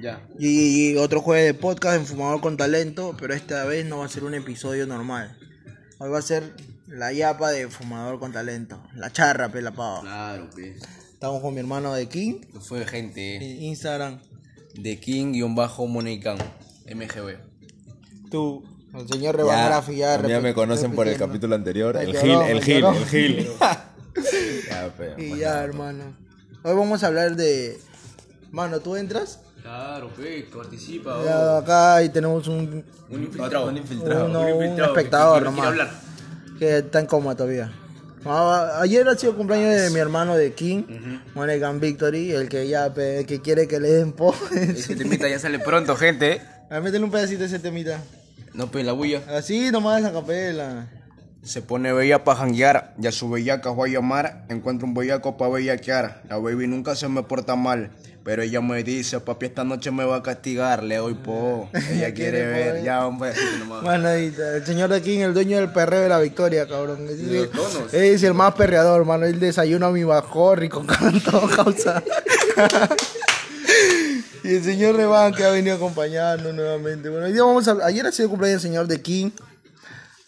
Ya. Y, y otro jueves de podcast en Fumador con Talento, pero esta vez no va a ser un episodio normal. Hoy va a ser la yapa de Fumador con Talento. La charra, pe, la pava. Claro, pues. Estamos con mi hermano de King, Esto fue gente en Instagram. de King-Moneycan. MGB. Tú, el señor Rebangrafi ya, a mí ya repite- me conocen por el repitiendo. capítulo anterior. Ay, El qué Gil, broma, el qué Gil, broma. el Gil. Ya, pero, Y bueno. ya, hermano. Hoy vamos a hablar de. Mano, ¿tú entras? Claro, pe, participa. Ya, acá y tenemos un, Un infiltrado. Un uno- un espectador nomás. Que está en coma todavía. Ah, ayer ha sido cumpleaños de mi hermano de King, Monegan Victory, el que ya pe, que quiere que le den po. Ese temita ya sale pronto, gente. A métele un pedacito de ese temita. No, pe, la bulla. Así nomás la capela. Se pone bella para janguear, y a su bellaca voy a llamar. Encuentro un bellaco para bellaquear. La baby nunca se me porta mal, pero ella me dice, papi, esta noche me va a castigar. Le doy po. Ella quiere po, eh. ver, ya, hombre. nomás. Mano, y el señor de King, el dueño del perreo de la victoria, cabrón. Es, los tonos. es el más perreador, mano. Él desayuno a mi bajo, rico canto, causa. y el señor Reban que ha venido acompañando nuevamente. Bueno, hoy día vamos a- ayer ha sido cumpleaños del señor de King.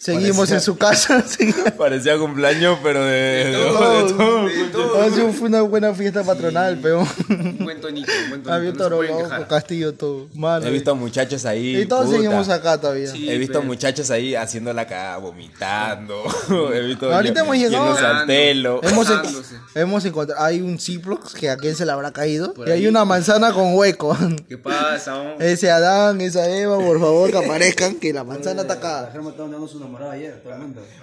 Seguimos en su casa. seguimos- Parecía cumpleaños, pero de, Eh, de todo, de todo. Ha sido fue una buena fiesta patronal, peón. Un buen tonito, un buen tonito. Había no se toro pueden loco, quejar. castillo, todo. Mano, He visto muchachos ahí. y todos puta. seguimos acá todavía. He visto muchachos ahí haciendo la cagada, vomitando. He visto Ahorita hemos llegado. yéndose al telo. Hemos, en- Pasándose. hemos encontrado. Hay un Ziploc que a quién se le habrá caído. Y hay una manzana con hueco. ¿Qué pasa, hombre? Ese Adán, esa Eva, por favor, que aparezcan, que la manzana está acá.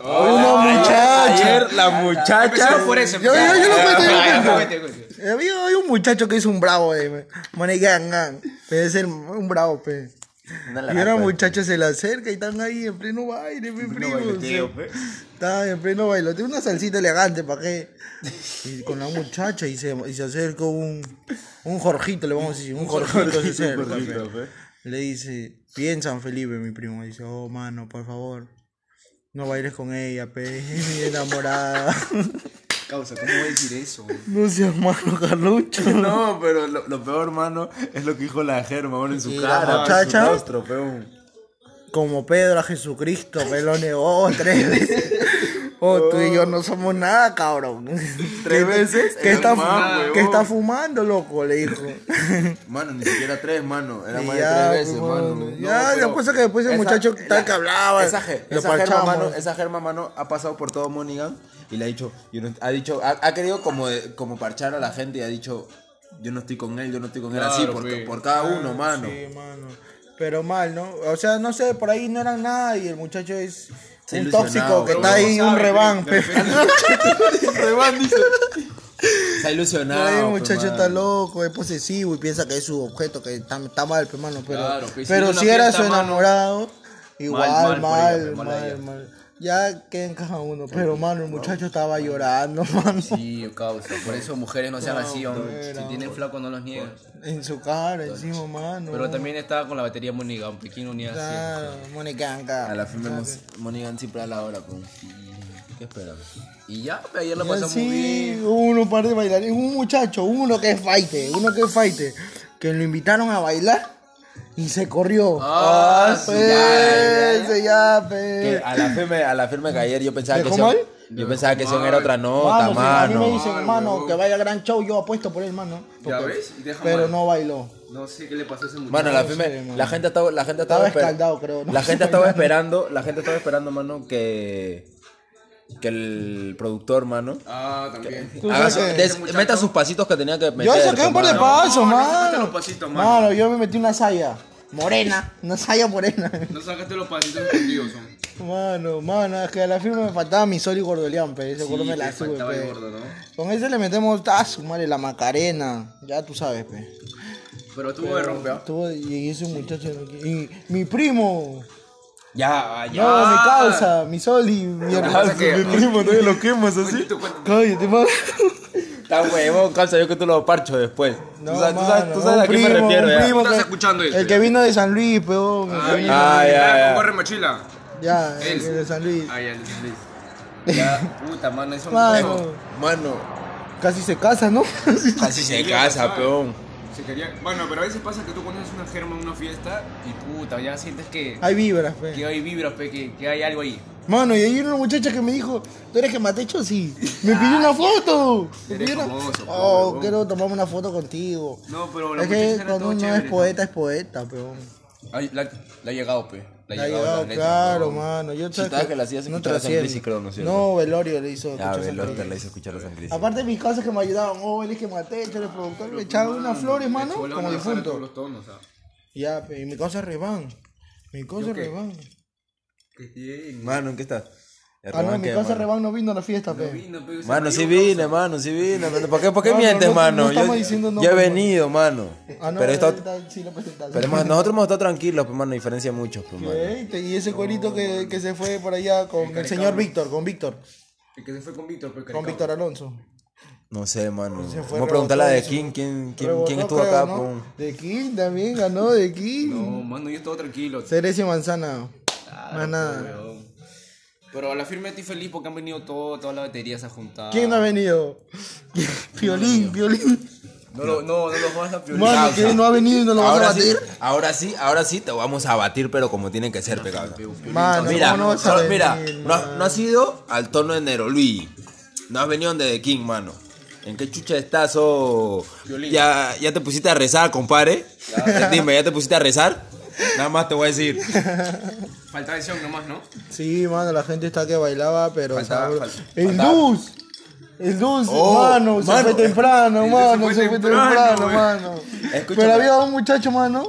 Hola, Ayer la muchacha. por eso. Ah, Yo, yo, yo lo cuento, yo lo Ya, cuento. ya, ya, ya, ya. Eh, Había hay un muchacho que es un bravo eh, de Monegangan. Pero es el, un bravo, pe. Y ahora un muchacho se le acerca y están ahí en eh. pleno baile, mi primo. sí. Estaba en pleno baile. Tiene una salsita elegante, ¿para qué? Y con la muchacha y se, y se acerca un, un Jorgito, le vamos a decir. Un, Jorgito se acerca. pe. Le dice, piensa en Felipe, mi primo. Dice, oh, mano, por favor. No bailes con ella, pe. Es mi enamorada. Causa, ¿cómo voy a decir eso? güey? No seas malo, Carlucho. No, pero lo, lo peor, mano, es lo que dijo la Germa, mano, en su Y la cara. muchacha. en su rostro, peón. Como Pedro a Jesucristo, pe, lo negó tres veces. Oh, tú y yo no somos nada, cabrón. Tres veces, ¿Qué era está, más, que huevón. está fumando, loco? Le dijo. Mano, ni siquiera tres, mano. Era Y más ya, de tres veces, pues, mano. mano, No, ya, pero la cosa que después el esa- muchacho tal que hablaba, Esa, ge- lo esa germa, parchamos. mano, esa germa, mano, ha pasado por todo Monaghan y le ha dicho, yo no- ha dicho, ha, ha querido como, de- como parchar a la gente y ha dicho, yo no estoy con él, yo no estoy con él, así Claro, por, pues. por cada uno, mano. Sí, mano. Pero mal, ¿no? O sea, no sé, por ahí no eran nada y el muchacho es Se un ilusionaba, tóxico que pero está ahí, uno un sabe, rebán. de pe. Está ilusionado. Por ahí el pues, muchacho mano. está loco, es posesivo y piensa que es su objeto, que está, está mal, pe, mano. Pero, Claro, pe, si pero es una si era fiesta, su mano. enamorado, igual, mal, mal por ella, mal, pe, mal, mal a ella. Ya queda en cada uno. Pero, mano, el muchacho estaba llorando, mano. Sí, causa. Por eso mujeres no sean así, hombre. era, Si tienen flaco, no los niegan. En su cara, encima, mano. Pero también estaba con la batería Mónica, un pequeño ni así. Claro, Monicanga. A la firme Ah, Monaghan siempre a la hora, con. ¿Qué esperas? pues, Y ya, pe, ayer la Y pasamos muy así bien. hubo un par de bailarines, un muchacho, uno que es fighter, uno que es fighter, que lo invitaron a bailar y se corrió. Ah, Ah, su pe, se ya, pues. pe. Que a la firme, a la firme que ayer yo pensaba ¿De que cómo Sion- él? yo pensaba que Sion era otra nota, Mano, si a mí me mano. dicen, hermano, que vaya a gran show, yo apuesto por él, mano. Ya Porque- ves, y deja Pero mal. no bailó. No sé qué le pasó a ese muchacho. Mano, la No firme, sé, mano. la gente estaba, la gente Estaba estaba, esper- escaldado, creo, ¿no? La gente estaba esperando, la gente estaba esperando, mano, que que el productor, mano, Ah, también. Tú haga sabes su- que- des- este meta sus pasitos que tenía que meter. Yo saqué un par de mano. No, pasos, no sacaste mano. los pasitos, mano. Mano, yo me metí una saya morena, una saya morena. No sacaste los pasitos escondidos, hombre. Mano, mano, es que a la firma me faltaba mi sol y gordoleón, pe. Ese gordo Sí, me la te sube, faltaba el pe. gordo, ¿no? Con ese le metemos a su madre la Macarena. Ya tú sabes, pe. Pero tuvo de rompe, ¿ah? Estuvo- y ese muchacho. Y mi primo. Ya, ya. No, mi causa, mi sol y mi hermano. Mi primo todavía lo quemas así. Cállate, mano. Está huevón, calza, yo que tú lo parcho después. No, tú sabes, tú mano, sabes- tú sabes un a qué me primo, refiero, un ya. primo Estás que- escuchando esto, El que ya. vino de San Luis, peón. el que vino- Ah, ya, ya. Corre mochila. Ah, Ya, el Él. que de San Luis. Ay, el Ya, puta, mano, eso Mano, Mano, casi se casa, ¿no? así se casa, peón. se quería. Bueno, pero a veces pasa que tú conoces una germa en una fiesta y puta, ya sientes que, Hay vibras, pe. que hay vibras, pe, que, que hay algo ahí. Mano, y hay una muchacha que me dijo, ¿tú eres que Matecho? Sí. Me pidió una foto. Me Eres pidió una... famoso, pues, oh, huevón. quiero tomarme una foto contigo. No, pero la es muchacha que era cuando todo uno chévere, es poeta, es poeta, peón. Ay, La la ha llegado, pe. La ha llegado, la letra, ah, claro, huevón. mano. Yo sabes estaba que la hacías escuchar a San trasciende. Cris y Crono, ¿cierto? No, Velorio le hizo. Ya, escuchar a San Velorio Cris. le hizo escuchar a San Cristóbal. Aparte mis cosas que me ayudaban, oh, él es que Matecho, el productor, me echaba unas flores, mano, Chola, como una sala, todos difunto. los tonos, ah. Ya, pe, y mi cosa reban. Mi cosa reban. Qué bien. Mano, ¿en qué estás? Ah, no, Hermano, mi ¿qué, cosa mano? reban no vino a la fiesta, pe. Vino, pe, se Mano, me sí dio vine, mano, sí vine. pero ¿Por qué, por qué No, no, mientes, no, mano? no estamos yo, diciendo no, yo he mano. venido, mano. Ah, no, eh. pero, he estado- ahorita sí lo presentaste. pero hemos- nosotros hemos estado tranquilos, pues, mano, diferencia mucho, pues, mano. Ey, te- Y ese cuerito que, que se fue por allá con el señor Víctor, con Víctor, El que se fue con Víctor, pe, con Caricao. Víctor Alonso. No sé, mano. fue, Vamos a preguntarle a rebotó de eso. quién, quién, quién, Rebotó, quién estuvo creo, acá, ¿no? pues. De King también ganó, de King. No, mano, yo estaba tranquilo. Cerezo y manzana. Más pues, nada. weón. Pero a la firme estoy feliz porque han venido todo, todas las baterías a juntar. ¿Quién no ha venido? Violín, violín. No, lo- no, no los vas a priorizar. Mano, ¿quién no ha venido y no lo vas a Ahora sí, batir? ahora sí, ahora sí te vamos a batir, pero como tiene que ser, pecado. Mano, Pues Mira, ¿cómo no vas a no, venir, mira, no, mano? has- no has ido al tono de Nero Luis. No has venido donde The King, mano. ¿En qué chucha estás, oh? Violín. ¿Ya, ya te pusiste a rezar, compadre. Dime, ¿ya te pusiste a rezar? Nada más te voy a decir. Falta de show nomás, ¿no? Sí, mano, la gente está que bailaba, pero Faltaba, sabro. faltaba. El Duz. El Duz, Oh, mano, se mano. fue temprano, El Duz se mano, fue se fue temprano, temprano, güey. mano. Escúchame. Pero había un muchacho, mano.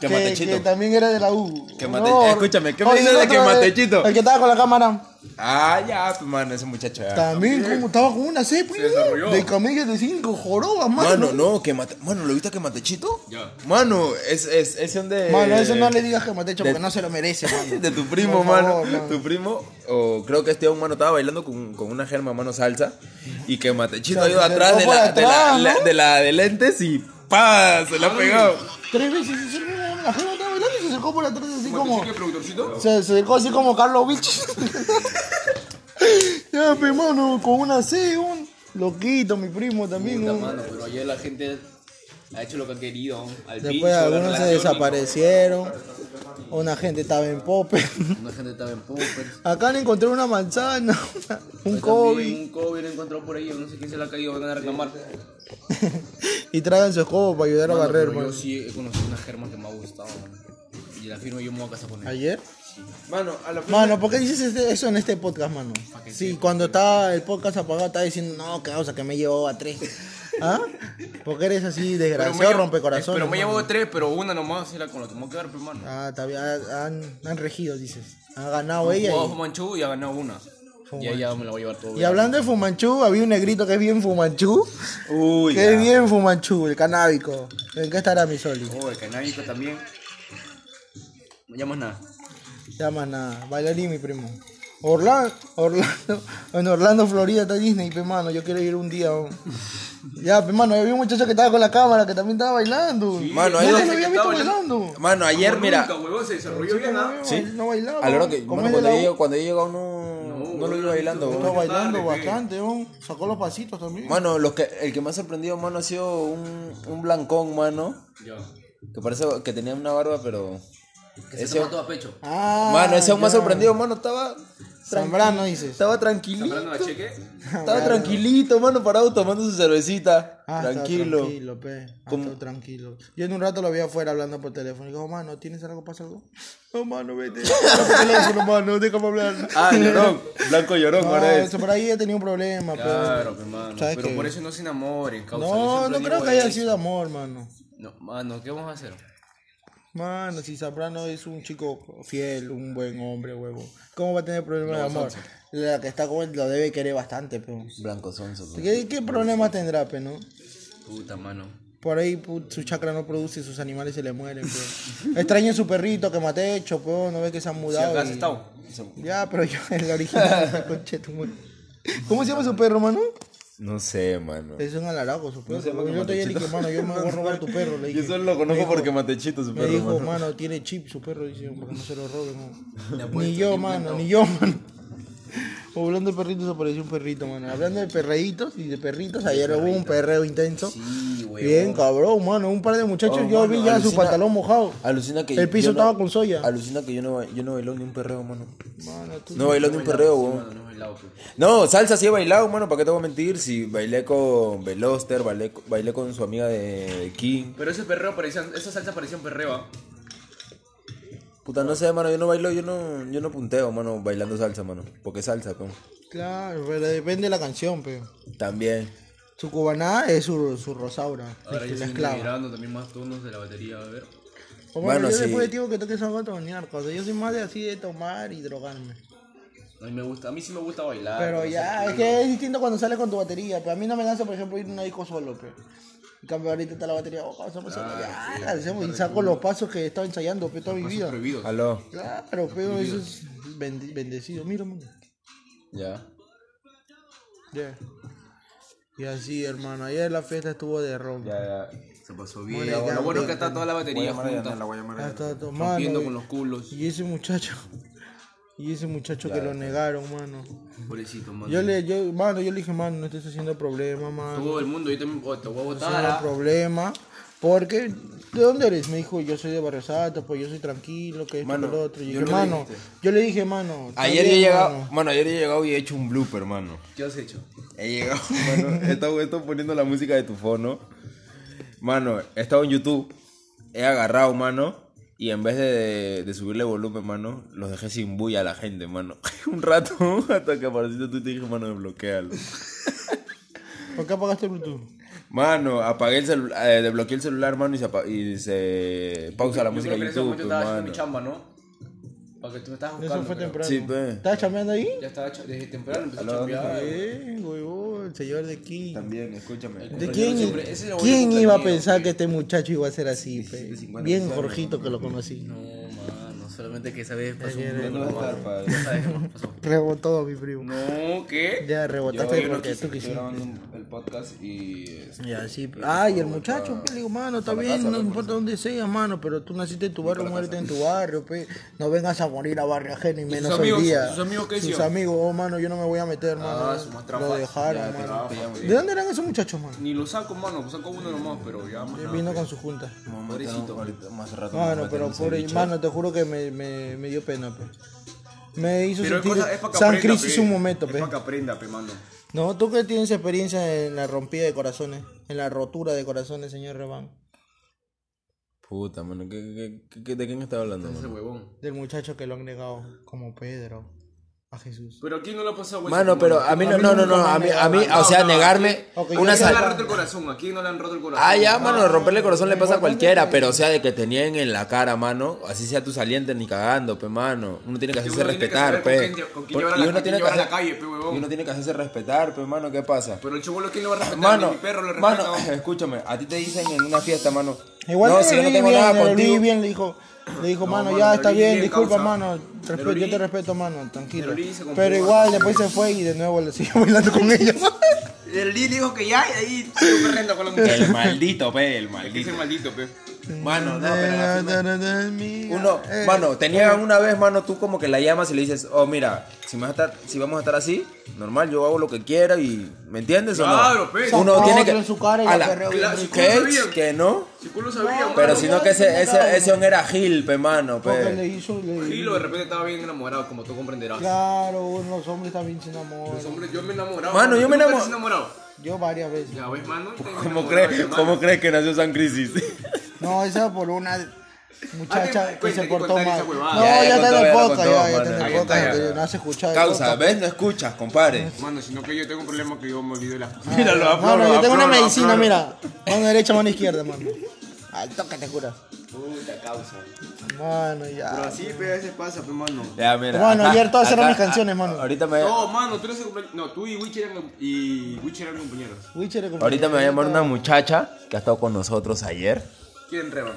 Que Que, Matechito. que también era de la U. Que Mate- escúchame, ¿qué me dices de el que otro, el- Matechito? El que estaba con la cámara. Ah, ya, pues, mano, ese muchacho. ya. También, como estaba con una C, pues, desarrolló. de camellos de cinco jorobas, mano. Mano, no, que mate... Mano, ¿lo viste que matechito? Ya. Mano, es, es, es eh, donde... Mano, eso no le digas que Matecho de- porque no se lo merece, mano. De tu primo, Por favor, mano. Tu primo, o creo que este humano estaba bailando con, con una germa, mano salsa. Y que Matechito ha ido se atrás fue de por la, de, la, atrás, la- ¿no? de la de lentes y ¡pa! Se la ha pegado. Tres veces se acercó, la gente estaba bailando y se acercó por atrás así como... ¿Qué, productorcito? Se, se acercó así como Carlos Vich. ya, pe, mano, con una C, un loquito, mi primo también. Puta, un- mano, pero ayer la gente ha hecho lo que ha querido. Al pincho, Después la algunos se relación, desaparecieron. Una gente estaba en pope. y Una gente estaba en popper. Acá le encontré una manzana, una- También un COVID. Un COVID lo encontró por ahí, no sé quién se la ha caído, van a reclamar. Y traigan su escoba para ayudar a Mano, barrer, pero mano. Yo sí he conocido una germa que me ha gustado, mano. Y la firma yo me voy a casar con ella. ¿Ayer? Mano, a la Mano, ¿por qué dices este- eso en este podcast, mano? Sí, cuando está el podcast apagado, está diciendo, no, causa que me llevó a tres. ¿Ah? Porque eres así, desgraciado, llevo- rompecorazones. Pero me mano. llevo tres, pero una nomás era con la que me voy a quedar, pues, mano. Ah, está bien, ah, han, han regido, dices. Ha ganado ella. Jugaba y- Fumanchu y ha ganado una. Y ahí ya me la voy a llevar todo. Y, hablando de Fumanchú, había un negrito que es bien Fumanchú. Uy, que es bien Fumanchú, el canábico. ¿En qué estará mi Soli? Oh, el canábico también. No llamas nada. Ya más nada, bailarín mi primo. Orlando, Orlando, en Orlando, Florida está Disney, pe mano, yo quiero ir un día. oh. Ya, pe mano, había un muchacho que estaba con la cámara que también estaba bailando. Mano, ahí yo no lo- lo había visto estaba bailando. bailando. mano, ayer, Como mira. nunca, huevón, se desarrolló bien, ¿ah? Sí. No bailaba. A la hora que, como mano, es de cuando la llega, U, cuando llega uno, no lo iba bailando. estaba weón. tarde, bailando pe. bastante, oh. sacó los pasitos también. Mano, los que, el que me ha sorprendido, mano, ha sido un, un blancón, mano. Ya. Que parece que tenía una barba, pero... Que se Ese- toma todo a pecho. Ah, Mano, ese aún me ha ya. sorprendido, mano. Estaba... Zambrano dices. Estaba tranquilito. Hablando de cheque. Estaba tranquilito, mano, parado tomando su cervecita. Ah, está tranquilo. Tranquilo, pe. Ah, Como- está tranquilo. Yo en un rato lo vi afuera hablando por teléfono. Y digo, "Oh, mano, ¿tienes algo? ¿Pasa algo? No, mano, vete. Habla por teléfono, mano, déjame hablar. Ah, llorón. Blanco llorón, No, ahora es. Ah, eso por ahí he tenido un problema, pe. Claro, pues, mano. ¿Sabes Pero qué? por eso no se enamoren, causa. Yo No, siempre no digo creo que haya eso. sido amor, mano. No, mano, ¿qué vamos a hacer? Mano, si Zambrano es un chico fiel, un buen hombre, huevo. ¿Cómo va a tener problemas de amor? La que está con él lo debe querer bastante, pero. Blanco sonso. bro. ¿Qué, qué problema tendrá, pe, no? Puta, mano. Por ahí pu- su chakra no produce, sus animales se le mueren, pe. Extrañen su perrito que mate hecho, pe. oh, No ve que se han Si mudado. acá has y- estado. Ya, pero yo, el original, conche tu madre. ¿Cómo se llama su perro, mano? No sé, mano. Es un alaraco, su perro. yo te dije, mano, yo me voy a robar tu perro. Le Yo dije. solo lo Me conozco dijo- porque Matechito su Me perro, dijo, mano. mano, tiene chip su perro, dice, porque no se lo roben. Le ¿no? apuesto, Ni le yo, he inventado. mano, ni yo, mano. O hablando de perritos, apareció un perrito, mano. Hablando de perreitos y de perritos, ayer hubo un perreo intenso. Sí, huevón. Bien, cabrón, mano. Un par de muchachos Oh, yo mano, vi ya su alucina- pantalón mojado. Alucina que El piso yo no- estaba con soya. Alucina que yo no, ba- yo no bailó ni un perreo, mano. Mano, tú- No bailó ni un perreo, No, weón. no he bailado, pues. No, salsa sí he bailado, mano, ¿para qué te voy a mentir? Si bailé con Veloster, bailé, co- bailé con su amiga de King. Pero ese perreo parecía, esa salsa parecía un perreo. ¿ah? Puta, no sé, mano, yo no bailo, yo no, yo no punteo, mano, bailando salsa, mano. Porque salsa, pues. Claro, pero depende de la canción, pe. También. Su cubaná es su, su rosaura. Ahora la- yo la estoy esclava. mirando también más tonos de la batería, a ver. O Bueno, Bueno, yo sí. después de tiempo que toque esa gota bañar, cosas. Yo soy más de así de tomar y drogarme. A mí me gusta, a mí sí me gusta bailar. Pero conocer ya, es que es distinto cuando sales con tu batería. Pero a mí no me lanza, por ejemplo, ir a una disco solo, pero. En cambio, ahorita está la batería, oh, hacemos solo, ya, la ah, hacemos y saco los pasos que estaba ensayando, pe, toda mi vida. prohibidos. Aló. Claro, pero eso es bendi- bendecido. Mira, mira. Ya. Ya. Y así, hermano, ayer la fiesta estuvo de ron. Ya, ya. Se pasó bien. Bueno, Lo bueno es que ya, está toda la batería Guayamara ya, junta. no, la Guayamara ya. Hasta tomando. Rompiendo con Y, los culos. y ese muchacho. Y ese muchacho que lo negaron, mano. Pobrecito, mano. Yo le, yo, mano, yo le dije, mano, no estés haciendo problema, mano. Todo el mundo, yo también oh, te voy a No estés votar. haciendo ah. problema. Porque, ¿de dónde eres? Me dijo, yo soy de Barrio Santa, pues yo soy tranquilo, que esto, que Mano, lo otro. Y dije, yo no le mano, dijiste. yo le dije, mano. está Ayer yo he bien, llegado, mano. mano, ayer he llegado y he hecho un blooper, mano. ¿Qué has hecho? He llegado, mano. He estado, he estado poniendo la música de tu fono. Mano, he estado en YouTube. He agarrado, mano. Y en vez de, de subirle volumen, mano, los dejé sin bulla a la gente, mano. Un rato, hasta que apareciste tú y te dije, mano, desbloquealo. ¿Por qué apagaste el Bluetooth? Mano, apagué el celular, eh, desbloqueé el celular, mano, y se, apa- y se pausa la Yo música creo que en de ese YouTube, momento pues, estaba haciendo mi mano. chamba, ¿no? Porque tú me estabas buscando. Eso fue creo. temprano. Sí, pe. ¿Estabas chambeando ahí? Ya estaba hecho- desde temprano empecé a Aló, ¿dónde chambear. Bien, huevón, el señor de aquí. También, escúchame. ¿De Pero quién, yo siempre- ese es el quién bonito iba a compañero, pensar pe. que este muchacho iba a ser así? pe? Bien Jorgito que lo conocí. No, mano, solamente que esa vez pasó Ya, un ya, grupo, No va a estar, mano. padre. Ya sabes qué más pasó. Rebotó mi primo. No, ¿qué? Ya rebotaste Yo no porque quise, tú estoy quisiste. grabando un- el podcast y... eh, Ya, sí. pe. Ay, el ah, muchacho, pe, le digo, mano, está bien, no pues, importa dónde sea, mano, pero tú naciste en tu barrio, muérete en tu barrio, pe. No vengas a morir a barrio ajeno y menos hoy amigos? día. ¿Sus amigos qué Sus hicieron? Ah, amigos, oh, mano, yo no me voy a meter, mano. son más lo trampas. dejaron, Ya, mano. te llamas. ¿De dónde eran esos muchachos, mano? Ni lo saco, mano, saco uno nomás, pero ya, más Él nada. Vino con su junta. Pobrecito. ahorita Más rato. Mano, pero pobre, mano, te juro que me, me, me dio pena, pe. Me hizo Pero es, sentir cosa, es para que San aprenda, Crisis pe. un momento, Es pe. para que aprenda, pe, mano. No, tú que tienes experiencia en la rompida de corazones, en la rotura de corazones, señor Rebán. Puta, mano, ¿qué, qué- qué- qué- de quién estaba hablando, Ese mano? huevón. Del muchacho que lo han negado, como Pedro, a Jesús. Pero ¿a quién no le ha pasado, güey? Mano, pero a mí no, no, no, no, a mí, a mí, o sea, negarme Ok, una ¿A quién le sal... han roto el corazón? ¿A quién no le han roto el corazón? Ah, ya, mano, romperle el corazón le pasa a cualquiera, pero o sea, de que te nieguen en la cara, mano, así sea tu saliente ni cagando, pe, mano. Uno tiene que Que hacerse uno tiene que respetar, saber con pe. quién lle- con quién Por- llevar a y la- uno con tiene quién que llevar a la hacer- calle, pe, huevón. Y uno tiene que hacerse respetar, pe, mano, ¿qué pasa? Pero el chivolo, ¿quién lo va a respetar? Mano, Ni mi perro lo respeta. mano, huevón. escúchame, a ti te dicen en una fiesta, mano. Igual no, que si yo le no vi tengo bien, nada le vi contigo. bien, le dijo, le dijo, No, mano, mano, ya le está vi bien, bien, disculpa, causa. mano, respeto- Pero yo vi- te respeto, mano, tranquilo. Pero vi- se confió, Pero igual, después se fue y de nuevo le siguió bailando con ella. El Lee dijo que ya, y ahí estuvo corriendo con la muchacha. El maldito, pe, el Ese maldito. maldito, pe. Mano, no, Eh, pero la firma- Uno, mano, te niegan una vez, mano, tú como que la llamas y le dices, oh, mira, si, me vas a estar, si vamos a estar así, normal, yo hago lo que quiera y. ¿Me entiendes Claro, o no? pe. Uno Sacó tiene otro que. en su cara y a la la- perreó ¿Qué? bien rico. ¿Qué? ¿Que no? Si tú lo sabías, Pero mano. si no, que ese, ese, ese on era Gil, pe, mano, Porque le pe. hizo, le- Gilo de repente estaba bien enamorado, como tú comprenderás. Claro, los hombres también se enamoran. Los hombres, yo me he enamorado. Mano, yo ¿Tú me nunca te enamo- has enamorado? Yo varias veces. Ya ves, mano. ¿Cómo crees cómo crees que nació San Crisis? No, esa por una Ah, muchacha que- que se que portó contar esa mal. huevada. No, Ya, ya, ya está contó, en ya el lo podcast, contó, ya, ya mano. está en Ahí el está, podcast, ya. porque no has escuchado. el Causa, podcast. ¿ves? No escuchas, compadre. Mano, sino que yo tengo un problema que yo me olvido de las cosas. Míralo, afloro, Mano, yo tengo una afloro, medicina, afloro. mira. Mano derecha, mano izquierda, mano. Al toque te curas. Puta causa. Mano, ya. así, pero a veces pasa, pero mano. Ya, mira. Mano, ayer todas eran acá- mis canciones, a- mano. Ahorita me. No, mano, tú eres el cumpleaños. No, tú y Witcher eran, y Witcher eran compañeros. Witcher de compañía. Ahorita me va a llamar una muchacha que ha estado con nosotros ayer. ¿Quién reban?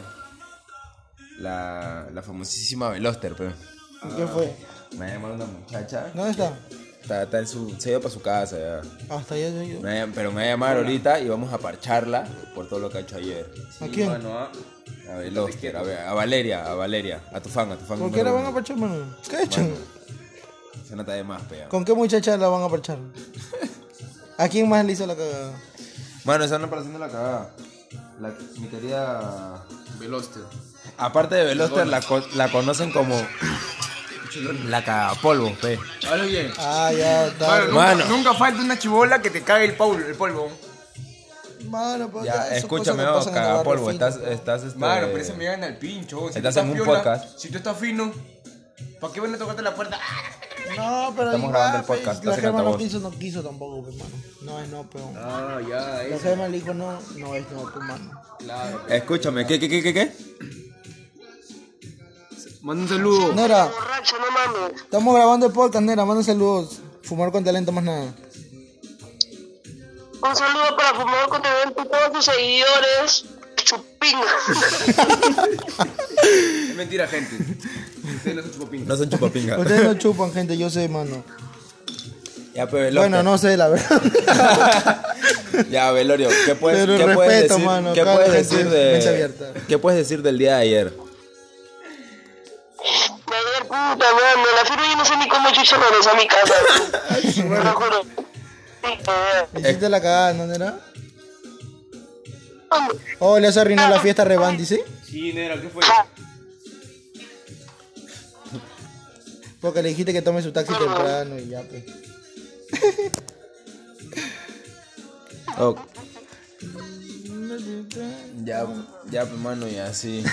La, la famosísima Veloster, pero. ¿Qué fue? Me va a llamar una muchacha. ¿Dónde está? Está, está en su. Se ha ido para su casa ya. Hasta allá soy yo. Me va a llam- pero me va a llamar ahorita y vamos a parcharla por todo lo que ha hecho ayer. ¿A quién? Mano, ah. A Veloster, a, Ve- a Valeria, a Valeria, a tu fan, a tu fan. ¿Con qué la número van a uno. parchar, mano? ¿Qué ha hecho? Se nota de más, pea. ¿Con qué muchacha la van a parchar? ¿A quién más le hizo la cagada? Mano, esa no pareciendo la cagada. la- mi querida... Veloster. Aparte de Veloster, la, co- la conocen como la cagapolvo, pe. Ahora bien. Ah, ya, está. Mano, nunca, Mano. nunca falta una chibola que te cague el, pol- el polvo. Mano, pues, Ya, esas cosas escúchame, que vos, pasan en el barrio cagapolvo, fino. estás... estás este... Mano, pero eso me llegan al pincho. Si tú Estás en un podcast. Si tú estás fino, ¿para qué van a tocarte la puerta? ¡Ah! No, pero Estamos igual, grabando el pues, podcast, La estás en Germa no altavoz. quiso, no quiso tampoco, pues, mano. No es no, pero. Ah, ya, La Germa le dijo no, no es no, pues, mano. Claro. Escúchame, ¿qué, qué, qué, qué, qué? Manda un saludo. Nera. Estamos grabando el podcast, Nera. Manda saludos. Fumar con talento, más nada. Un saludo para Fumador Contenedor y todos sus seguidores. Chupinga. Es mentira, gente. Ustedes no son chupopingas. No son chupapinga. Ustedes no chupan, gente, yo sé, mano. ya, pero Veloster. Bueno, no sé, la verdad. ya, Velorio, ¿qué puedes, Pero qué puedes respeto, decir, mano, ¿qué acá puedes la gente decir es mente de, abierta. ¿Qué puedes decir del día de ayer? Me dio puta, mano. La firma yo no sé ni cómo chucha regresó a mi casa. Te lo juro. Sí, eh, Me Hiciste la cagada, ¿no, Nera? hombre. Oh, le has arruinado la fiesta a Revanti, ¿sí? Sí, nera, ¿qué fue? Porque le dijiste que tome su taxi temprano y ya, pues. Oh, ya, ya, pues, mano, y así.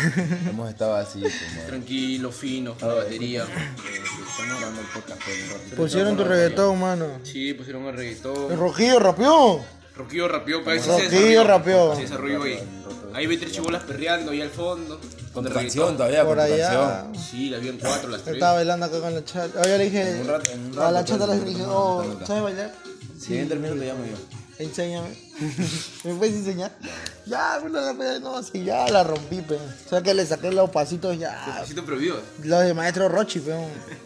Hemos estado así, pues, mano. Tranquilo, fino, con la batería. Estamos grabando el podcast, pues, pero Pusieron tu reggaetón, mano. Sí, pusieron el El reggaetón. rojillo, rapeó. Roquillo rapeó, pero ese Rojillo, rapeó. Se desarrolló ahí. Ahí ve tres chibolas perreando ahí al fondo. Con el tu reggaetón. canción todavía, Por con tu allá. canción. Sí, la vi en cuatro, las Yo tres. estaba bailando acá con la chata. Ah, yo le dije. un rato- en un a rato, la pues, chata le dije, no, no, oh, no, no, no. ¿sabes bailar? Si bien termino, te llamo yo. Enséñame. ¿Me puedes enseñar? Ya, bueno, la pe- no, sí, ya la rompí, pe. O sea que le saqué los pasitos ya. Pasito prohibido. Los de maestro Rochi, pe.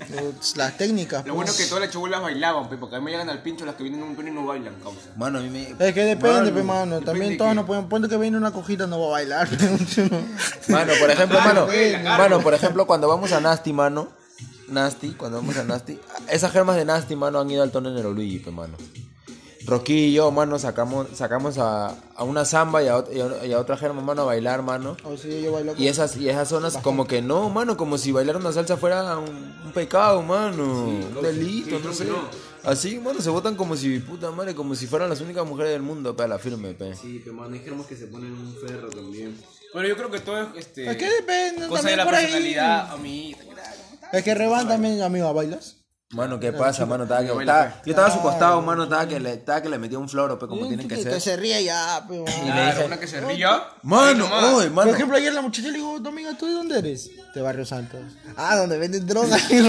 Los- Las técnicas. pues. Lo pe. bueno es que todas las chibolas bailaban, pe, porque a mí me llegan al pincho las que vienen en un pelo y no bailan, causa. Mano, a mí me. Es que depende, pe, Mano, mano. depende También de todos qué. no pueden. Ponte que viene una cojita, no va a bailar, pe. Mano, por ejemplo, Ah, mano. güey, la cargo. Mano, por ejemplo, cuando vamos a Nasty, mano. Nasty, cuando vamos a Nasty. Esas germas de Nasty, mano, han ido al tono en el Luigi, pe, mano. Rocky y yo, mano, sacamos, sacamos a, a una samba y a, ot- y a- y a otra germa, mano, a bailar, mano. O sí, yo bailo con. Y esas, y esas zonas como que no, mano, como si bailar una salsa fuera un, un pecado, mano. un delito, sí, no creo sé. que Así, mano, se votan como si, puta madre, como si fueran las únicas mujeres del mundo, pe, a la firme, pe. Sí, pero mano, hay germos que se ponen un ferro también. Bueno, yo creo que todo es este. Es que depende, Cosa de también la por ahí. personalidad, a mí. Es que Revan también, amigo, ¿bailas? Mano, ¿qué pasa, mano? Estaba que, estaba- yo estaba a su costado, mano, estaba que le, estaba que le metía un floro, pe, como tienen que Que ser. se ríe ya, pe. mano. Claro, una que se ría. Mano, Ahí nomás. oye, mano. Por ejemplo, ayer la muchacha le dijo, Dominga, ¿tú de dónde eres? De Barrio Santos. Ah, donde venden drogas. y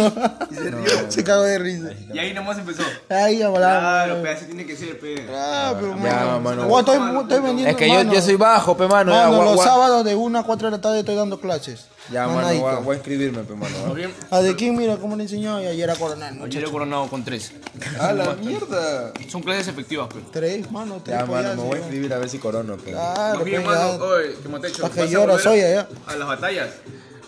se cagó de risa. Y ahí nomás empezó. Ahí ya volaba. Claro, pe, así tiene que ser, pe. Ah, pero Ya, mano. Guau, estoy, estoy vendiendo. Es que yo, mano. yo soy bajo, pe, mano. ya, Mano, voy- los voy- sábados de 1 a 4 de la tarde estoy dando clases. Ya, mano, Manadito. voy a- voy a inscribirme, pe, mano. Bien, A de quién, mira cómo le enseñó y ayer a Coronel. ¿no? yo lo he coronado con tres. ¡A la mierda! Son clases efectivas, pe. Tres, mano, tres. Ya, mano, pollas, me voy a inscribir a ver si corono, pe. Claro, Más bien, pues, ya. mano, oye, que Matecho. Pa' que ¿vas a llora, volver soy allá. A las batallas.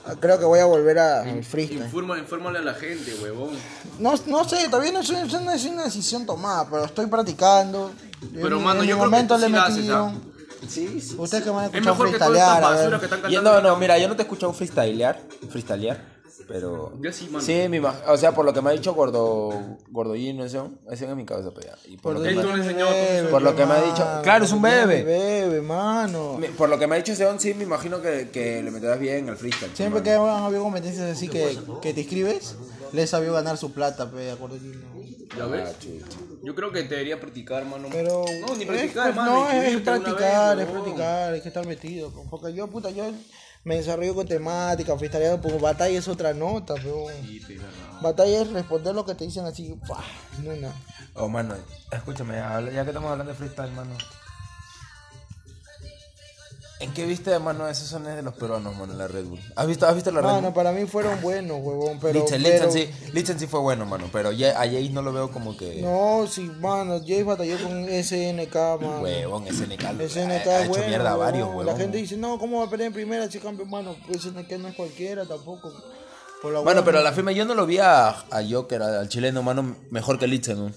Oh. Ah, Creo que voy a volver a- al freestyle. Informa, infórmale a la gente, huevón. No, no sé, todavía no es, una- es una, es una decisión tomada, pero estoy practicando. Pero, En- mano, en yo mi creo momento que sí le la haces, metieron. Sí, sí. Ustedes que van a Es escuchar mejor que todas estas freestylear, a basuras ver. que están Y- cantando. no, no, mira, yo no te he escuchado freestylear, freestylear, pero... Yo sí, mano. Sí, mi ma- o sea, por lo que me ha dicho Gordo, Gordollino, ese, ese es mi cabeza, pe, ya. Y por, lo que Él me- tú le enseñó, tú le Bebe, por lo que me ha dicho- mano, claro, es un bebe. Bebe, mano. me- por lo que me ha dicho ese on, sí, me imagino que, que le meterás bien al freestyle. Siempre mano. que van a haber competencias así que, que te inscribes, les sabió ganar su plata, pe, acuérdate. ¿Ya ves? Yo creo que te debería practicar, mano. Pero No, ni es, practicar, pues, mano. no, es, inscribirte una practicar, vez, es huevón. practicar, es que estar metido. pues, Porque yo, puta, yo me desarrollo con temática, freestyle, pues batalla es otra nota, pero batalla es responder lo que te dicen así, pa, no, no. Oh, mano, escúchame, ya, habla- ya que estamos hablando de freestyle, mano. ¿En qué viste, mano, esos sones de los peruanos, mano, en la Red Bull? ¿Has visto, has visto la Red Bull? Mano, para mí fueron buenos, huevón, pero... Lichten, pero- Lichten sí, Lichten sí fue bueno, mano, pero ya, a Jace no lo veo como que... No, sí, mano, Jay batalló con SNK, mano. Huevón, SNK SNK, eh, ha, ha es hecho bueno, mierda a huevón. varios, huevón. La gente dice, no, ¿cómo va a pelear en primera si campeón, mano? Pues SNK no es cualquiera tampoco. Por la Bueno, huevona. pero a la firma yo no lo vi a, a Joker, a- al chileno, mano, mejor que Litzen, ¿no?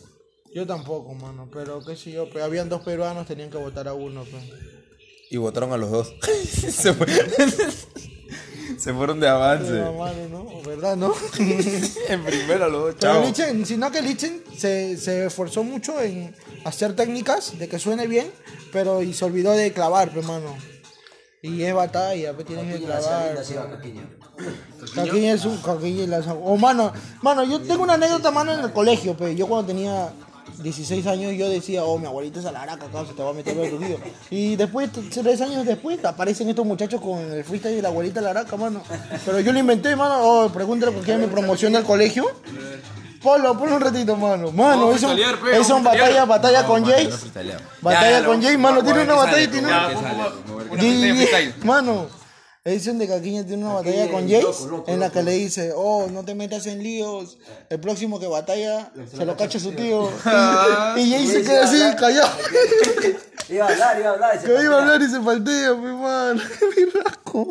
Yo tampoco, mano, pero qué sé yo, pues, habían dos peruanos, tenían que votar a uno, pues. Y votaron a los dos. se, fue- se fueron de avance. Pero, mano, ¿no? ¿Verdad, no? en primera los dos, Pero chao. Lichen, sino que Lichen se, se esforzó mucho en hacer técnicas de que suene bien, pero y se olvidó de clavar, pues, mano. Y es batalla, pues tienes que clavar. Caquiña es Ah. un caquiña y la O mano, mano, yo tengo una anécdota, mano, en el colegio, pues. Yo cuando tenía 16 años yo decía, oh, mi abuelita es a la araca, cabrón, se te va a meter por tu tío. Y después, t- tres años después, aparecen estos muchachos con el freestyle de la abuelita de la araca, mano. Pero yo lo inventé, mano, oh, pregúntale por qué era mi promoción del colegio. Polo, ponlo un ratito, mano. Mano, Vamos a eso, freestylear, pe, eso vamos a en batalla, freestylear. batalla con mano, Jace. no freestyleamos. Batalla con Jace, mano, tiene una batalla y tiene Ya, una. pum, pum, pum, una Di- gente de freestyle. Mano, Edison de Caquiña tiene una batalla con Jace en la que le dice, oh, no te metas en líos, el próximo que batalla se lo cacha su tío. y Jace se queda así, callado. Iba a hablar, iba a hablar. y se que iba a patea. hablar y se faltea, mi mano, mi rasco.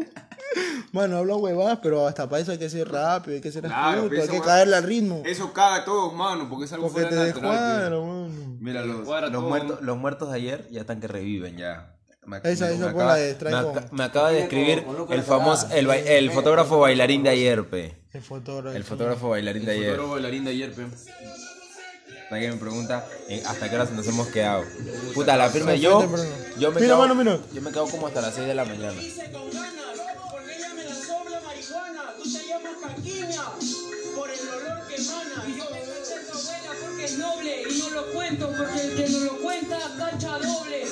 Mano, habla huevadas, pero hasta para eso hay que ser rápido, hay que ser Claro, astuto, pero hay esa que hueá- caerle al ritmo. Eso caga todo, mano, porque es algo Porque fuera te de natural. pues. descuadra, mano. Mira, los, Cuadra los todo. muertos, los muertos de ayer ya están que reviven ya. Me, Esa- esa fue la de Strike me, On. aca- me acaba de escribir con loco el la cagada. famoso, el, ba- el fotógrafo bailarín de ayer, pe. El fotógrafo. El fotógrafo bailarín de ayer. Futuro bailarín de ayer, pues. pe. Alguien me pregunta eh, hasta qué horas nos hemos quedado. Puta, la firme yo. Suficiente, Bruno. Yo me Mira, quedo, mano, mira. Yo me quedo como hasta las 6 de la mañana. hice con ganas, loco, porque ella me la sopla marihuana. Tú te llamas caquiña por el olor que emana. Y yo me caché a tu abuela porque es noble. Y no lo cuento porque el que no lo cuenta cancha doble.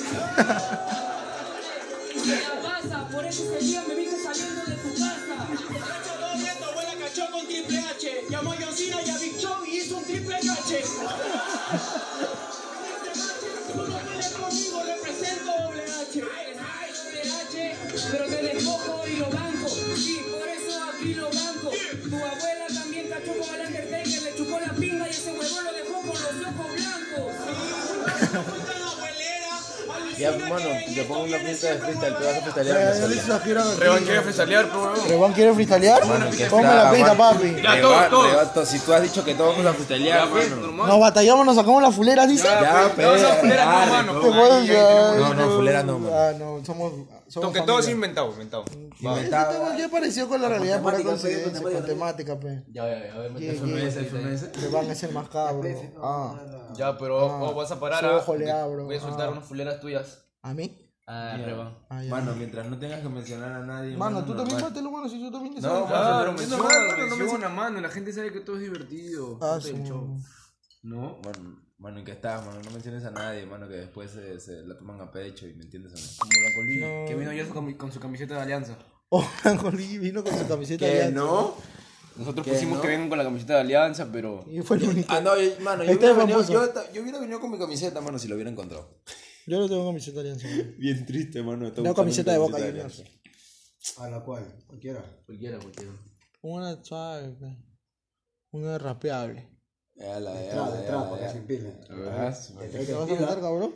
Y se la pasa, por eso ese día me viste saliendo de tu casa. Cancha doble, tu abuela cachó con triple H. Llamó a John Cena y a Big Show y hizo un triple H. Tú no peleas conmigo, represento doble H. Doble H, pero te despojo y lo banco. Y por eso aquí lo banco. Tu abuela también cachó con el Undertaker, le chupó la pinga y ese huevón lo dejó con los ojos blancos. Ya, mano, te pongo una pinta de freestyle, te vas Ya, a ya freestylear. le hizo la gira a Revan Caquiña. quiere freestylear, pe, pues, huevón. Rebán quiere freestylear. que Ponme está, la pita, mano. papi. Ya, todos, todos. Si tú has dicho que todos vamos a freestylear, Ya, pe, mano. normal. Nos batallamos, nos sacamos las fuleras, dice. Ya, pe, no, esas fuleras no, dale, mano. pe. Te puedes- No, no, fulera no, mano. Ah, no, somos. somos Aunque todo es familia. inventado, inventado. Este tema ya apareció con la realidad por temática, coincidencia, pe, con con temática, pe. Ya, ya, ya. a ver, Yeah, yeah. Que van a ser más cabros. Ah, Ya, pero oh, vas a parar. ah, ojo, le porque abro. Voy a soltar Ah. unas fuleras tuyas. ¿A mí? Ah, Revan. Ah, ya. Mano, mientras no tengas que mencionar a nadie. Mano, tú también normal. mátelo, mano, si tú también te No, sabes. mano. Claro, pero Ah, menciona, menciona, mano, no menciona, mano. La gente sabe que todo es divertido. Ah, Puta, su- el show. ¿No? Mano, mano, ¿en qué estás, mano? No menciones a nadie, mano, que después se, se la toman a pecho y me entiendes a mí. Como la colilla. Que vino ayer con, mi- con su camiseta de alianza. Oh, Angolí vino con su camiseta ¿Qué, de no? Nosotros ¿Qué, pusimos no? que vengan con la camiseta de alianza, pero. Y fue el único. Ah, no, yo- mano, yo Este hubiera, es venido, famoso. yo, esta- yo hubiera venido con mi camiseta, mano, si lo hubiera encontrado. Yo no tengo camiseta de alianza. mano. Bien triste, mano. está Tengo buscando camiseta de boca de juniors. A la cual, cualquiera. Cualquiera, cualquiera. Una suave, pe. Una rapeable. Alianza. Ya, la- ya, Trampa, la- ya, trampa, ya. que se empile. ¿Verdad? Creo ¿Te que vas a empila. meter, cabrón?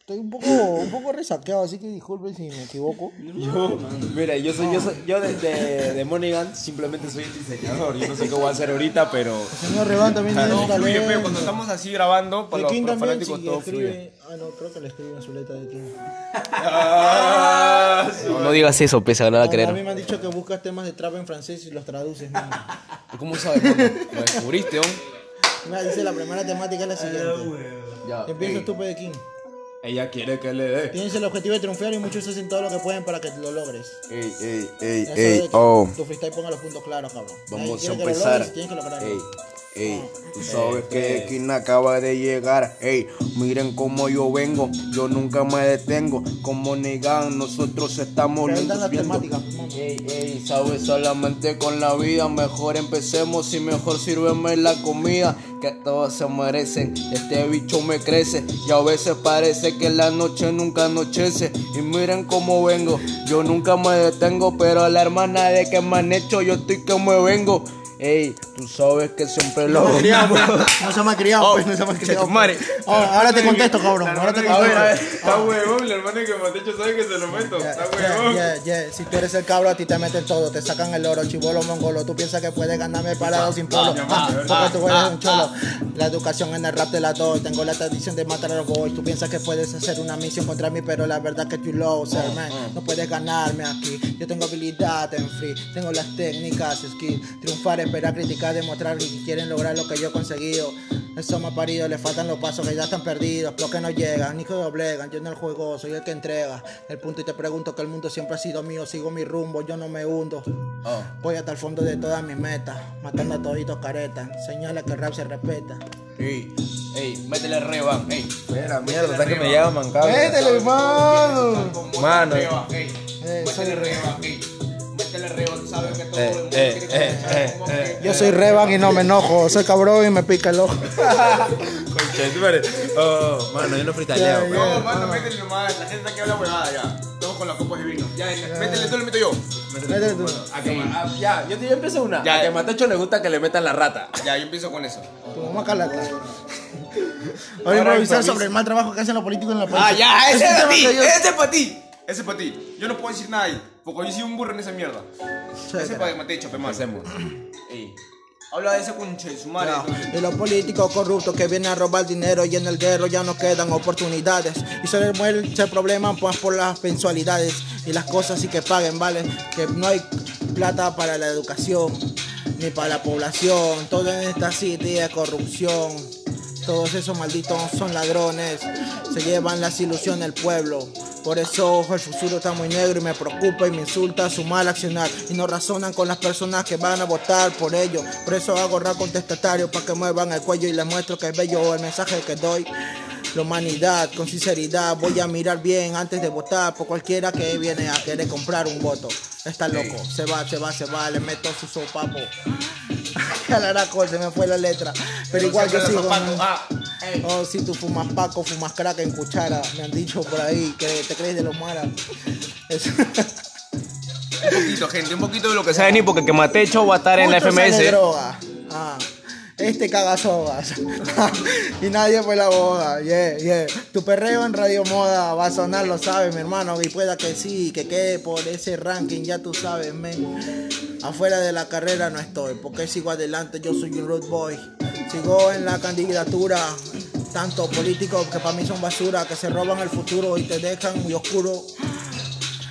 Estoy un poco, un poco resaqueado, así que disculpen si me equivoco. Yo, mira, yo soy, yo soy, yo desde de Monaghan simplemente soy el diseñador. Yo no sé qué voy a hacer ahorita, pero. Señor Rebán también tiene No, un fluye, talento. pero cuando estamos así grabando, para Y los, King para los también fanáticos si todo fluye. escribe. Ah, no, creo que le escribe en su letra de King. No digas eso, pesa, la van Ah, a no, a mí creer. me han dicho que buscas temas de trap en francés y los traduces. mano. ¿Cómo sabes, mano? Lo descubriste, ¿no? Mira, dice la primera temática es la siguiente. Ya. Empieza tú, de King. Ella quiere que le dé. Tienes el objetivo de triunfar y muchos hacen todo lo que pueden para que lo logres. Ey, ey, ey, Eso de ey, que oh. Tu freestyle ponga los puntos claros, cabrón. Nadie Vamos a quiere que lo empezar. logres, Tienes que lograrlo. Ah, Ey, ey, tú sabes que quien acaba de llegar. Ey, miren cómo yo vengo, yo nunca me detengo. Como negan, nosotros estamos Pero ahí están las viendo. temáticas. mano. Ey, ey, sabes solamente con la vida. Mejor empecemos y mejor sírveme la comida. Que todos se merecen. Este bicho me crece. Y a veces parece que la noche nunca anochece. Y miren cómo vengo. Yo nunca me detengo. Pero la hermana de que me han hecho, yo estoy que me vengo. Ey, Tú sabes que siempre lo hago. No se me ha criado, Oh, pues, no se me ha criado. chetumare. pues. Oh, ahora te contesto, cabrón. Ahora te A ver, a contesto. ver. Está huevón, el hermano que Matecho sabe que se lo meto. Está Ya, huevón. ya, ya. Si tú eres el cabro, a ti te meten todo. Te sacan el oro, chivolo mongolo. Tú piensas que puedes ganarme parado sin polo. Ah, porque tú eres un cholo. ah. La educación en el rap te la doy. Tengo la tradición de matar a los boys. Tú piensas que puedes hacer una misión contra mí, pero la verdad que tú lo ser, Mm, man. No puedes ganarme aquí. Yo tengo habilidad en free. Tengo las técnicas, skill. Triunfar, esperar, criticar, demostrar que quieren lograr lo que yo he conseguido. Eso me ha parido, le faltan los pasos que ya están perdidos, los que no llegan, ni que doblegan. Yo en el juego soy el que entrega el punto y te pregunto que el mundo siempre ha sido mío. Sigo mi rumbo, yo no me hundo. Voy hasta el fondo de todas mis metas, matando a toditos caretas. Señala que el rap se respeta. Ey, ey, métele reba, ey. Mira, mira, lo que me llama, mancable. ¡Métele, hermano! Mano. Reba, ey. Ah. Eh, Métele soy- reba, ey. Métele reba, tú sabes que todo Eh, el mundo eh, quiere eh, escuchar eh, como que- Yo soy Revan y no me enojo. Soy cabrón y me pica el ojo. Concha, tú eres- Oh, mano, yo no pues. freestyleo. Ya, weón. No, mano, métele nomás. La gente que habla huevada ya. Todos con las copas de vino. Ya, métele tú, le meto yo. Métele tú. A que- Ah, Ya, yo, yo empiezo una. Ya, a que ya. Matecho le gusta que le metan la rata. Ya, yo empiezo con eso. Tu mamá calata. Hoy improvisar sobre el mal trabajo que hacen los políticos en la política. ya, Ah, ese es para ti, ese es para ti. Ese es para ti. Yo no puedo decir nada ahí. Porque yo soy un burro en esa mierda. Ese es para que me te echo, pe, mano. Hacemos. Ey. Habla de ese conche, su madre. No, entonces. Y los políticos corruptos que vienen a robar dinero y en el guerro ya no quedan oportunidades. Y se les muere- se probleman pues, por las mensualidades y las cosas sí que paguen, ¿vale? Que no hay plata para la educación ni para la población. Todo en esta city es corrupción. Todos esos malditos son ladrones. Se llevan las ilusiones del pueblo. Por eso ojo, el futuro está muy negro y me preocupa y me insulta su mal accionar. Y no razonan con las personas que van a votar por ello. Por eso hago rap contestatario para que muevan el cuello y les muestro que es bello el mensaje que doy. La humanidad, con sinceridad, voy a mirar bien antes de votar por cualquiera que viene a querer comprar un voto. Está loco, se va, se va, se va, le meto su sopapo. Calaracol, se me fue la letra. Pero igual yo Saca los sigo. zapatos. ¿no? Ah, Oh, si tú fumas paco, fumas crack en cuchara. Me han dicho por ahí que te crees de los maras. Eso- un poquito, gente. Un poquito de lo que sea. ¿Sabes ni porque que Matecho va a estar en la Mucho sale FMS? droga. Ah, este caga sogas. y nadie fue la boda. Yeah, yeah. Tu perreo en Radio Moda va a sonar, lo sabes, mi hermano. Y pueda que sí, que quede por ese ranking, ya tú sabes, men. Afuera de la carrera no estoy, porque sigo adelante, yo soy un road boy. Sigo en la candidatura. Tanto políticos que para mí son basura, que se roban el futuro y te dejan muy oscuro.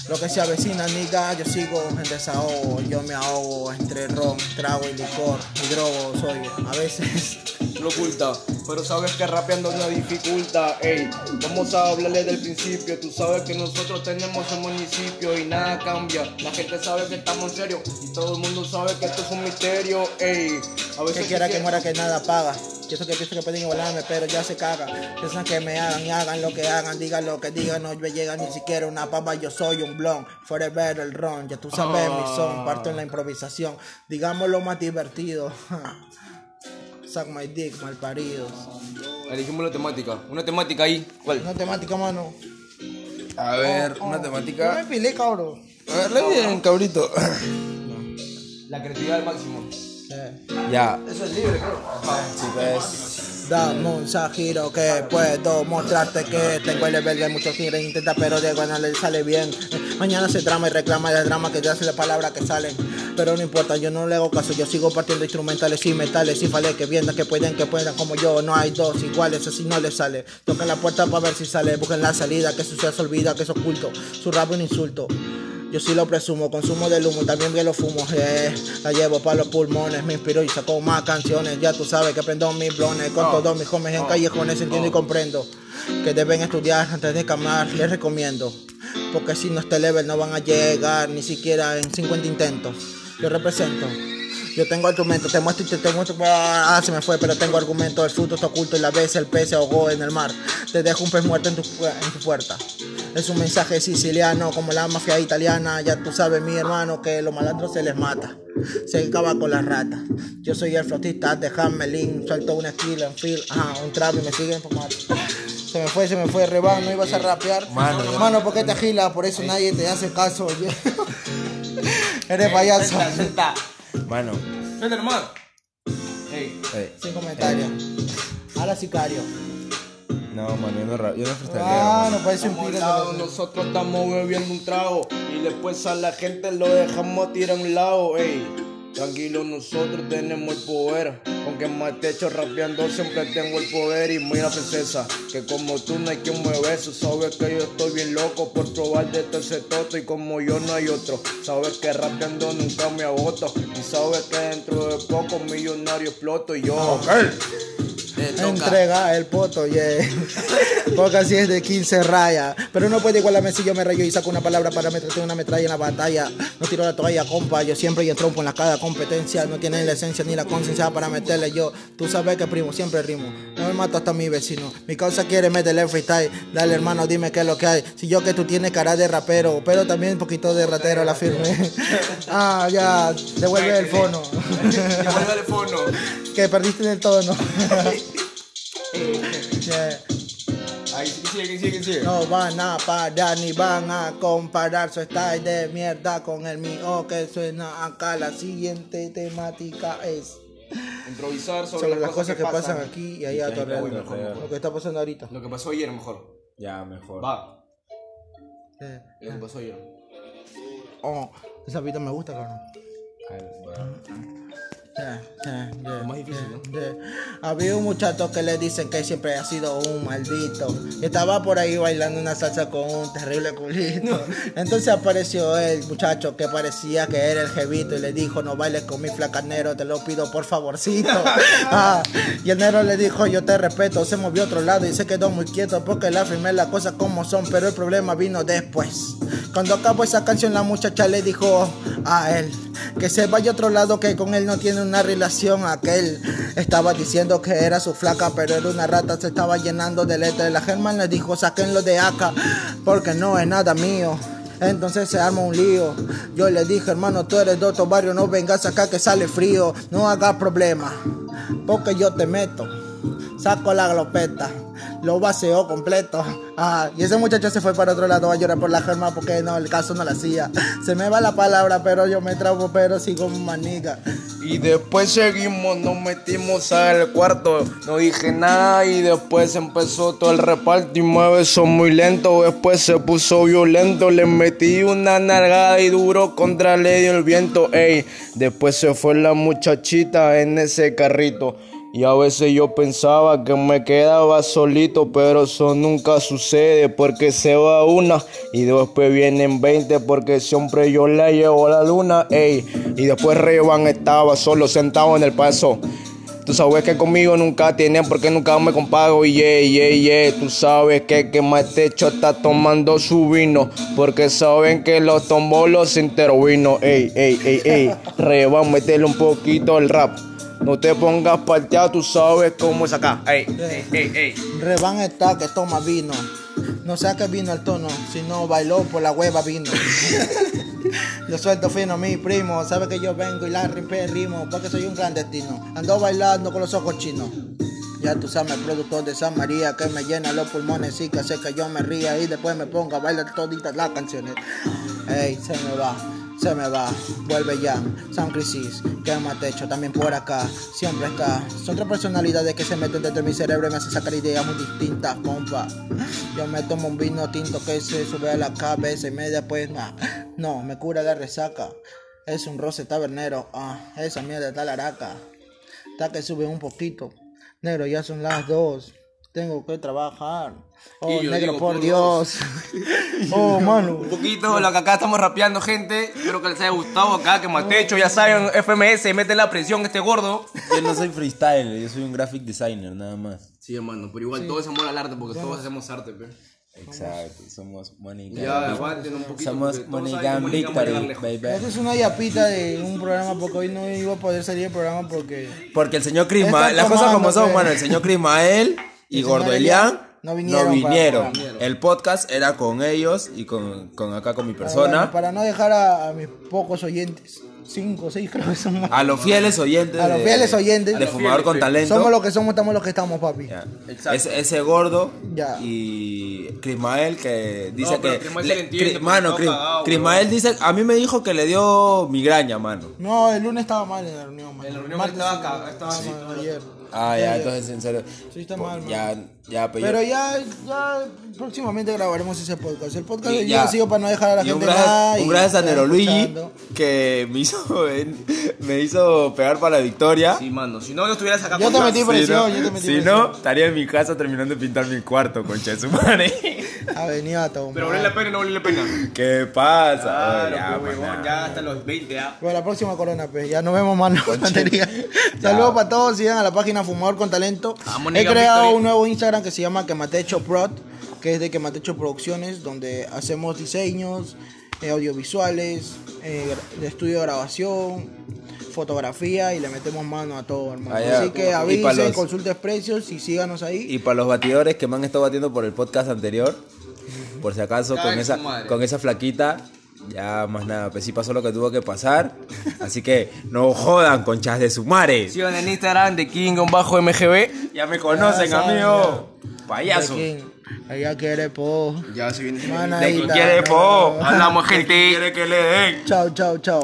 Lo que se avecina, nigga, yo sigo en desahogo. Yo me ahogo entre ron, trago y licor. Y drogo soy a veces. Lo oculta, pero sabes que rapeando no dificulta, ey. Vamos a hablarle del principio, tú sabes que nosotros tenemos un municipio y nada cambia. La gente sabe que estamos en serio y todo el mundo sabe que esto es un misterio, ey. A Que veces quiera que quisiera- muera, que nada paga. Yo sé que pienso que pueden igualarme, pero ya se caga. Piensan que me hagan y hagan lo que hagan, digan lo que digan. No me llega ni siquiera una papa, yo soy un blon. Forever el ron, ya tú sabes mi son. Parto en la improvisación. Digamos lo más divertido. Suck my dick, mal paridos. Elegimos la temática, una temática ahí. ¿Cuál? Una temática, mano. A ver, una Yo me temática. empilé, cabrón. A ver, le bien, cabrito. La creatividad al máximo. Sí. Ya. Eso es libre, creo. Ah, pues. Dame un sajiro que puedo mostrarte que tengo el nivel de muchos tigres intenta pero de ganar le sale bien mañana se trama y reclama el drama que te hace la palabra que salen pero no importa yo no le hago caso yo sigo partiendo instrumentales y metales y fale que viendan que pueden que puedan como yo no hay dos iguales así no le sale toquen la puerta para ver si sale busquen la salida que suceda se olvida que es oculto su rap es un insulto yo sí lo presumo, consumo del humo, también que lo fumo, eh. La llevo para los pulmones, me inspiró y sacó más canciones. Ya tú sabes que prendo mis blones con todos mis homies en callejones, entiendo y comprendo. Que deben estudiar antes de camar, les recomiendo. Porque si no este level no van a llegar ni siquiera en 50 intentos. Yo represento. Yo tengo argumentos, te muestro y te, te muestro. Ah, se me fue, pero tengo argumentos. El fruto está oculto y la vez el pez se ahogó en el mar. Te dejo un pez muerto en tu, pu- en tu puerta. Es un mensaje siciliano, como la mafia italiana. Ya tú sabes, mi hermano, que los malandros se les mata. Se acaba con las ratas. Yo soy el flotista de Hamelin. Suelto una esquila, en fil, ajá, un trap y me siguen por mal. Se me fue, se me fue, Rebán, no ibas a rapear. Mano, mano, ¿por qué te agilas? Por eso nadie te hace caso. Eres payaso. Mano, Espérate nomás. Sí. Sin comentario. Ahora sicario. No, mano, yo no, ra- yo no freestyleo, Ah, mano. no parece un Estamos piro. al lado, nosotros estamos bebiendo un trago y después a la gente lo dejamos tirar a un lado, ey. Tranquilo, nosotros tenemos el poder. Aunque más techo rapeando, siempre tengo el poder. Y mira, princesa, que como tú no hay quien me beso. Sabes que yo estoy bien loco por probar de todo ese toto. Y como yo no hay otro, sabes que rapeando nunca me agoto. Y sabes que dentro de poco millonario exploto. Y yo, te toca. Entrega el poto, yeah. Porque así es de 15 rayas. Pero no puede igualarme si yo me rayo y saco una palabra para meterte una metralla en la batalla. No tiro la toalla, compa. Yo siempre y en trompo en la cada competencia. No tienen la esencia ni la conciencia para meterle yo. Tú sabes que primo, siempre rimo. No me mato hasta mi vecino. Mi causa quiere meterle freestyle. Dale, hermano, dime qué es lo que hay. Si yo que tú tienes cara de rapero, pero también un poquito de ratero, la firme. ah, ya. Devuelve el fono. Devuelve el fono. que perdiste del todo, ¿no? Yeah. Ahí sigue, sigue, sigue, sigue. No van a parar ni van a comparar su style de mierda con el mío que suena acá. La siguiente temática es Improvisar sobre, sobre las cosas que pasan aquí y allá alrededor. Lo que está pasando ahorita. Lo que pasó ayer, mejor. Ya, mejor. Va. Eh, Lo que pasó ayer. oh, esa pita me gusta, cabrón. Yeah, yeah, yeah, más difícil, yeah, yeah. Había un muchacho que le dicen que siempre ha sido un maldito. Y estaba por ahí bailando una salsa con un terrible culito. Entonces apareció el muchacho que parecía que era el jevito y le dijo, no bailes con mi flacanero, te lo pido por favorcito. Ah, y el nero le dijo, yo te respeto, se movió a otro lado y se quedó muy quieto porque la firmé las cosas como son, pero el problema vino después. Cuando acabó esa canción la muchacha le dijo a él, que se vaya a otro lado que con él no tiene una relación aquel. Estaba diciendo que era su flaca, pero era una rata, se estaba llenando de letras. La Germán le dijo, saquenlo de acá, porque no es nada mío. Entonces se arma un lío. Yo le dije, hermano, tú eres de otro barrio, no vengas acá que sale frío. No hagas problema, porque yo te meto. Saco la glopeta, lo vació completo. Ah, y ese muchacho se fue para otro lado a llorar por la germa porque no, el caso no la hacía. Se me va la palabra, pero yo me trabo, pero sigo maniga. Y después seguimos, nos metimos al cuarto. No dije nada y después empezó todo el reparto. Y mueve eso muy lento. Después se puso violento. Le metí una nalgada y duro contra el dio el viento. Ey, después se fue la muchachita en ese carrito. Y a veces yo pensaba que me quedaba solito, pero eso nunca sucede porque se va una y después vienen 20 porque siempre yo le llevo la luna, ey. Y después Revan estaba solo sentado en el paso. Tú sabes que conmigo nunca tienen porque nunca me compago y yeah, yeah, yeah. Tú sabes que que más techo está tomando su vino porque saben que los tomó los intervino. Ey, ey, ey, ey. Revan, métele un poquito el rap. No te pongas parteado, tú sabes cómo es acá. Ey, Eh, ey, ey, ey. Revan está que toma vino. No saque vino el tono, sino bailó por la hueva vino. Yo suelto fino, mi primo. Sabe que yo vengo y la rimpe rimo, porque soy un clandestino. Ando bailando con los ojos chinos. Ya tú sabes, productor de San María, que me llena los pulmones y que hace que yo me ría y después me ponga a bailar toditas las canciones. Ey, se me va, se me va, vuelve ya. San Crisis, quema techo, también por acá, siempre está. Son tres personalidades que se meten dentro de mi cerebro y me hacen sacar ideas muy distintas, compa. Yo me tomo un vino tinto que se sube a la cabeza y me después, nah, no, me cura la resaca. Es un roce tabernero, ah, esa mierda está la araca. Está que sube un poquito. Negro, ya son las dos. Tengo que trabajar. Oh, Y yo negro, digo, por por Dios. oh, mano. Un poquito lo que acá estamos rapeando, gente. Espero que les haya gustado acá, que Matecho, ya saben, FMS, mete la presión este gordo. Yo no soy freestyler, yo soy un graphic designer, nada más. Sí, hermano, pero igual todo es amor al arte, porque todos hacemos arte, pe. Exacto, somos Money Gang. Ya, aguanten un poquito. Somos porque todos Money saben que Gang Money Gang va a llegar Victory, lejos. baby. Esta es una yapita de un programa porque hoy no iba a poder salir el programa porque Porque el señor Crisma, Están las cosas como tomando, son, pe. mano, el señor Crismael y El señor Gordo Elian Elian no vinieron para- vinieron. para- El podcast era con ellos y con, con acá con mi para, persona. para no dejar a, a mis pocos oyentes, cinco o seis creo que son más. A los fieles oyentes. A los de- fieles oyentes. De Fumador con Talento. Somos lo que somos, estamos los que estamos, papi. Ya. Ese, ese gordo Ya. y Crismael que dice pero que. Crismael le- se le entiende Cri- porque mano, está Cri- cagado, Crismael dice. A mí me dijo que le dio migraña, mano. No, el lunes estaba mal en la reunión, man. En la reunión Martes estaba sí, acá, estaba sí, así, man, ayer. Ah, Ayer. ya, entonces en serio. Sí, está po- mal, man. Ya, pues, ya, pero. Pero yo- ya, ya próximamente grabaremos ese podcast. El podcast y de hoy ya. ha sido para no dejar a la Y un gente gracias, nada. un y gracias a estar Nero Luigi escuchando. que me hizo, eh, me hizo pegar para la victoria. Sí, mano. Si no, no estuvieras acá Yo te metí Si presión, no, yo te metí si presión. no, estaría en mi casa terminando de pintar mi cuarto, concha de su madre. Ha venido a tomar. Pero vale la pena o no vale la pena. ¿Qué pasa? Claro, Ay, ya, pues, pues, huevón, nada. ya hasta los 20, ya. Bueno, la próxima corona, pues. Ya nos vemos, mano. Tontería. Saludos para todos. Sigan a la página Fumador con Talento. Vamos, He nigga, creado Victoria. un nuevo Instagram que se llama Quematecho Prod, que es de Quematecho Producciones, donde hacemos diseños, eh, audiovisuales, eh, gra- de estudio de grabación, fotografía y le metemos mano a todo, hermano. Ah, ya. Así Y que pa' avisen, los- consultes precios y síganos ahí. Y para los batidores que me han estado batiendo por el podcast anterior, por si acaso Cae con su esa, madre. con esa flaquita, ya más nada, pues sí pasó lo que tuvo que pasar. Así que no jodan, conchas de su madre. Sigan en Instagram de King-MGB. Ya me conocen, Ya saben, amigo. De Payaso. quien Ella quiere po. Ya se viene. Mana, De ahí quien está. quiere, po. Hablamos, De quien gente. Quiere que le den. Chao, chao, chao.